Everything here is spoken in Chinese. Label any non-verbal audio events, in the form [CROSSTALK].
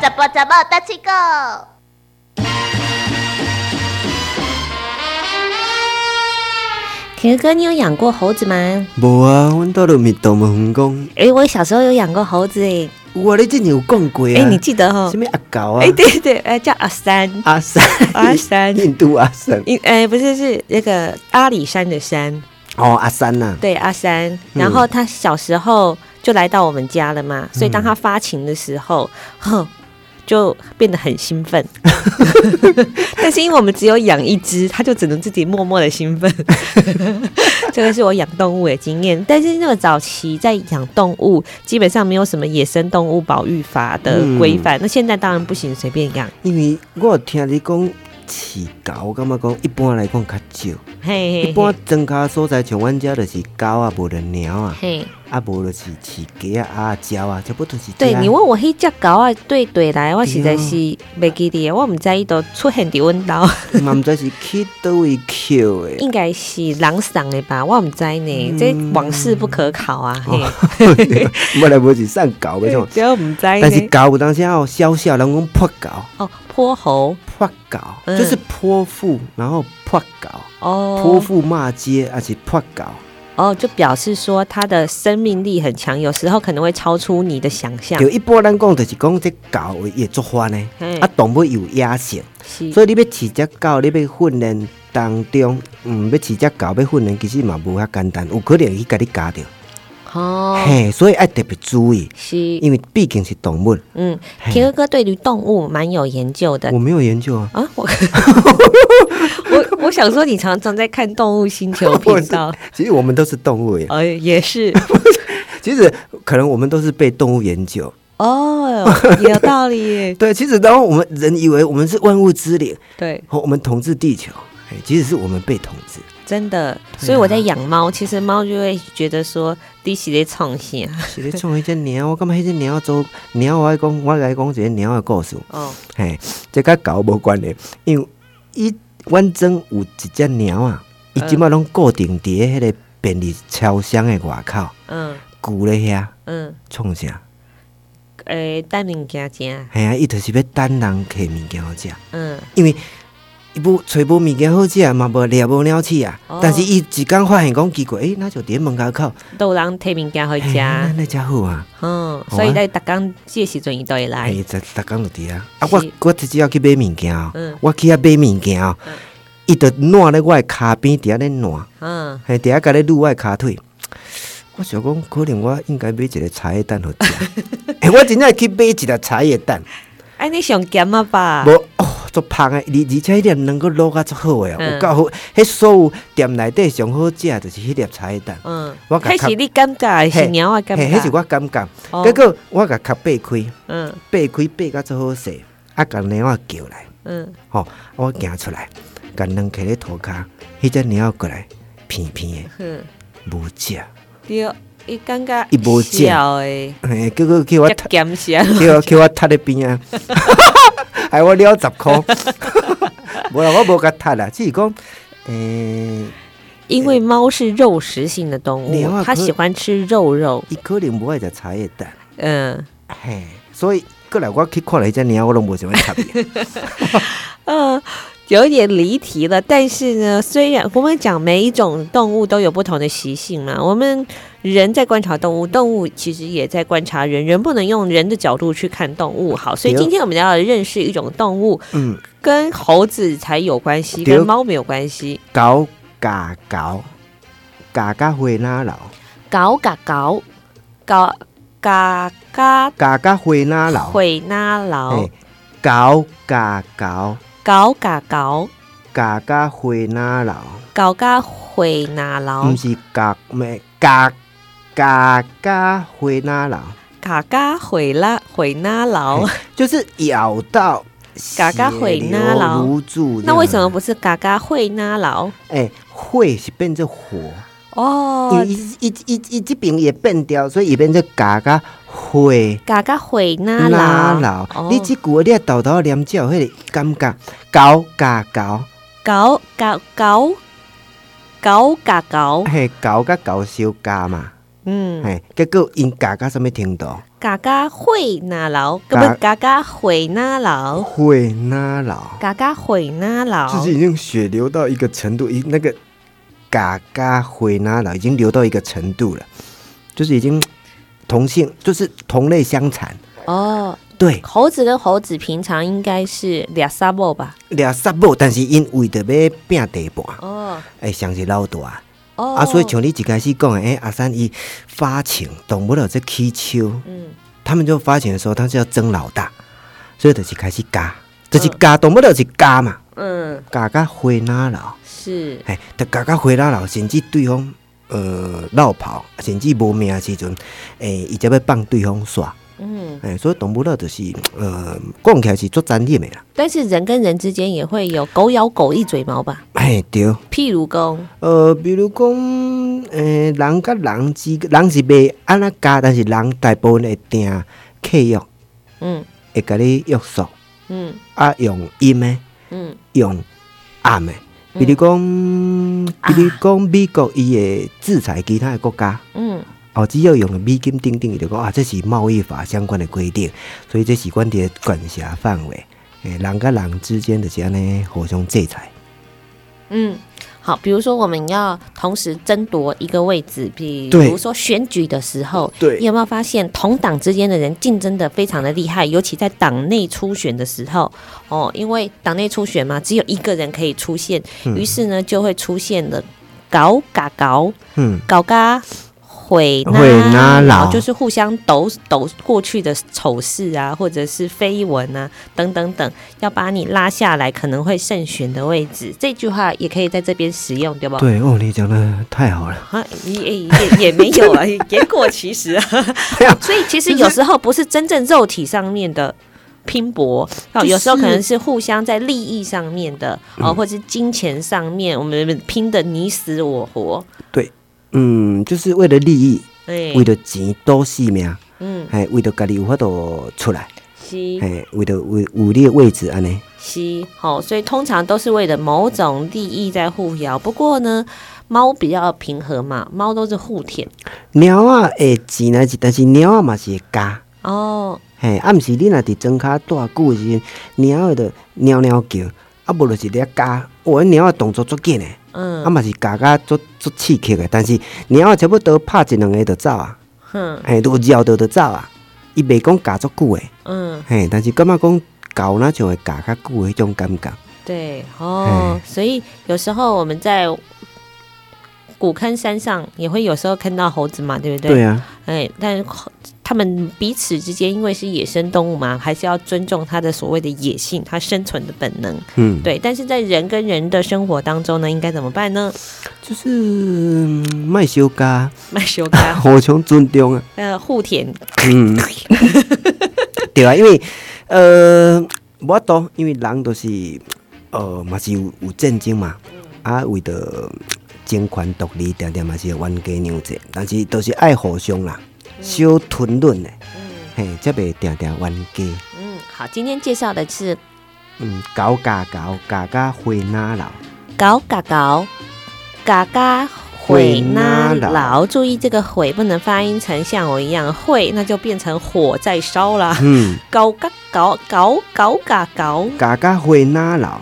怎么怎么大七狗？铁哥，你有养过猴子吗？无啊，阮倒落咪动物园讲，诶，我小时候有养过猴子诶。有啊，你之前有讲过啊。诶，你记得哦什？么阿狗啊？诶，对对，呃，叫阿三，阿三， [LAUGHS] 阿三 [LAUGHS] 印度阿三，因诶不是是那个阿里山的山，哦，阿三呐、对阿三。然后他小时候就来到我们家了嘛，所以当他发情的时候，哼，就变得很兴奋。但是因为我们只有养一只，他就只能自己默默的兴奋。这个是我养动物的经验，但是那个早期在养动物，基本上没有什么野生动物保育法的规范。那现在当然不行，随便养。因为我有听你讲饲狗，我感觉讲一般来讲较少，嘿一嘿般嘿，庄稼所在像阮遮就是狗啊，无就猫啊，嘿，啊无就是饲鸡啊、鸭啊、鸟啊，差不多是这对样。你问我迄只狗啊，对对来，我实在对啊是袂记得，我毋知伊都出现伫阮兜， [LAUGHS] 嘛毋知是去倒位捡 [LAUGHS] 的， [LAUGHS] 应该是人送的吧，我毋知呢，嗯哦这往事不可考啊，嘿，无来无是送狗 [LAUGHS] 的种。只有毋知但是呢。狗有当时啊还有小小人讲泼狗，哦，泼猴泼狗、嗯就是泼妇，然后泼狗，泼哦，妇骂街，还是泼狗。哦，就表示说它的生命力很强，有时候可能会超出你的想象就。一般咱讲就是讲这狗会会作反呢嘿，啊动物有野性，是所以你要饲只狗，你要训练当中，嗯，要饲只狗要训练其实嘛无遐简单，有可能会去甲你咬着，哦，嘿，所以爱特别注意，是因为毕竟是动物。嗯，嘿田哥哥对于动物蛮有研究的我没有研究啊，啊。我我我想说，你常常在看动物星球频道，其 [LAUGHS] 实我们都是动物耶，呃，也是其实可能我们都是被动物研究。 [LAUGHS] 哦，也有道理耶。对，其实当我们人以为我们是万物之灵，对，哦，我们统治地球，哎，其实是我们被统治。真的。啊所以我在养猫，其实猫就会觉得说，你是在创新是咧创迄只猫，我感觉迄只猫做猫，我来讲，我来讲一个猫的故事。哦，嘿，这甲狗无关的，因为伊阮庄有一只猫啊，伊即摆拢固定伫咧迄个便利超商的外口，嗯跍咧遐嗯，创啥？诶，等物件食，嘿啊，伊就是要等人摕物件好食，嗯，因为伊无揣无物件好食嘛，无掠无鸟鼠啊。哦但是伊一工发现讲奇怪，诶、那就伫咧门口口，都有人摕物件回嘿家咱，那才好啊。嗯，好啊所以在逐工这个时阵伊都会来哎，，逐逐工就伫啊！啊，我是我直接要去买物件哦嗯，我去遐买物件哦嗯，伊就烂咧我的骹边，伫遐咧烂，嗯，嘿，伫遐甲咧撸我的骹腿。我想讲，可能我应该买一个茶叶蛋互食。 [LAUGHS] 哎，我真正去买一个茶叶蛋，哎，你上咸啊吧？无哦，足芳诶，而而且迄粒能够卤啊足好诶，嗯有够好。迄所有店内底上好食就是迄粒茶叶蛋，嗯，我甲迄是你感觉，还是猫啊感嘿，迄是觉？我感觉。哦结果我甲壳掰开，嗯掰开掰甲足好势，啊，甲猫仔叫来。嗯，吼、啊我行出来，甲人徛咧涂骹，迄只猫过来，偏偏的哼，无食，对，伊感觉伊无见笑诶，嘿，结果 [LAUGHS] 叫我踢只咸是啊，叫我叫我踢咧边啊， [LAUGHS] 害我了十箍，无啦，我无甲踢啦，只是讲，诶、因为猫是肉食性的动猫啊物，它可喜欢吃肉肉，伊可能无爱食茶叶蛋，嗯嘿，所以过来我去看了迄只猫，我拢无想要踢伊，嗯。有一点离题了，但是呢，虽然我们讲每一种动物都有不同的习性嘛，我们人在观察动物，动物其实也在观察人，人不能用人的角度去看动物。好，所以对今天我们要认识一种动物，嗯，跟猴子才有关系，对跟猫没有关系。狗咬狗，咬甲花哪流，搞嘎搞搞嘎嘎咬甲花哪流，会那老嘿，狗咬狗，搞嘎搞咬甲花哪流。搞嘎会那老毋是甲咩甲甲甲回那老，嘎嘎会啦会那老。就是咬到嘎嘎回那老血流如注这样。 [LAUGHS] 那为什么不是嘎嘎会那老？哎，会是变成火，因哦为，伊伊伊伊这边也变掉，所以也变成嘎嘎回嘎嘎会那老。那老。哦你即句话你啊豆豆念照，迄个感觉，搞嘎搞搞搞搞狗嘎狗，嘿，狗甲狗相加嘛，嗯，嘿，结果因加到什物程度？嘎嘎会那老，根嘎本嘎嘎会那老，会那老，嘎嘎会那自老，己已经血流到一个程度，一那个嘎嘎会那老已经流到一个程度了，就是已经同性，就是同类相残。哦，对，猴子跟猴子平常应该是俩沙漠吧？俩杀某，但是因为着要拼地盘，哦哎，相是老大。哦，啊，所以像你一开始讲的，哎、阿三伊发情，动不了这起秋，嗯他们就发情的时候，他是要争老大，所以就是开始嘎，就是嘎，动不了是嘎嘛，嗯嘎嘎回哪了，是哎，就嘎嘎回哪了，甚至对方呃落跑，甚至无命的时阵，哎、伊才要放对方耍，嗯，哎、所以动不了就是呃，讲起来是足残忍的啦，但是人跟人之间也会有狗咬狗一嘴毛吧？哎、对。譬如讲，呃，比如讲，诶、人甲人之，人是袂安那教，但是人大部分会定契约，嗯会甲你约束，嗯啊，用阴的，嗯用暗的。比如讲，比如讲，美国伊会制裁其他的国家，嗯哦，只要用美金等等，伊就讲啊，这是贸易法相关的规定，所以这是阮的管辖范围。诶、人甲人之间就是安尼互相制裁。嗯，好，比如说我们要同时争夺一个位置，比对如说选举的时候，对你有没有发现同党之间的人竞争的非常的厉害，尤其在党内初选的时候，哦，因为党内初选嘛，只有一个人可以出现，于是呢就会出现了搞嘎搞嗯，搞嘎。毁毁那老就是互相抖抖过去的丑事啊，或者是绯闻啊，等等等，要把你拉下来，可能会胜选的位置。这句话也可以在这边使用，对吧？对哦，你讲的太好了。啊，也也也没有 [LAUGHS] 啊，言过其实啊。没有所以其实有时候不是真正肉体上面的拼搏，哦，就是嗯有时候可能是互相在利益上面的，哦，或者是金钱上面，我们拼的你死我活。嗯，就是为了利益，哎，为了钱赌性命，嗯，哎，为了家己有法度出来，是哎，为了为有你的位置安尼，是，好、所以通常都是为了某种利益在互咬。不过呢，猫比较平和嘛，猫都是互舔。猫啊会钱来是，但是猫啊嘛是会咬，哦，嘿，啊，毋是你若伫庄骹蹛久的时阵，猫会着喵喵叫，啊，无就是咧咬，哇，猫啊动作足紧的，啊嗯，嘛是咬甲足足刺激的，但是猫啊差不多拍一两下就走啊，哼，嘿，都绕着就走啊，伊袂讲咬足久的，嗯，嘿，但是感觉讲狗若就会咬较久的迄种感觉。对，哦，所以有时候我们在古坑山上也会有时候看到猴子嘛，对不对？对啊，哎，但他们彼此之间因为是野生动物嘛，还是要尊重它的所谓的野性，它生存的本能。嗯，对，但是在人跟人的生活当中呢，应该怎么办呢？就是嗯卖小家，卖修改。 [LAUGHS] 互相尊重啊。 [LAUGHS] 呃，互舔，嗯，对啊，因为呃，无法度，因为人都、是呃，嘛是有有战争嘛，啊，为着争权独立，定定嘛是会冤家娘者，但是都是爱互相啦，小吞论的，嘿，才袂定定冤家。嗯，好，今天介绍的是嗯，搞搞搞，搞搞会哪老？搞嘎搞，嘎嘎毁那老，注意这个毁不能发音成像我一样会，那就变成火 [LAUGHS] 在烧啦。嗯，搞嘎搞搞搞嘎搞，搞搞会哪老？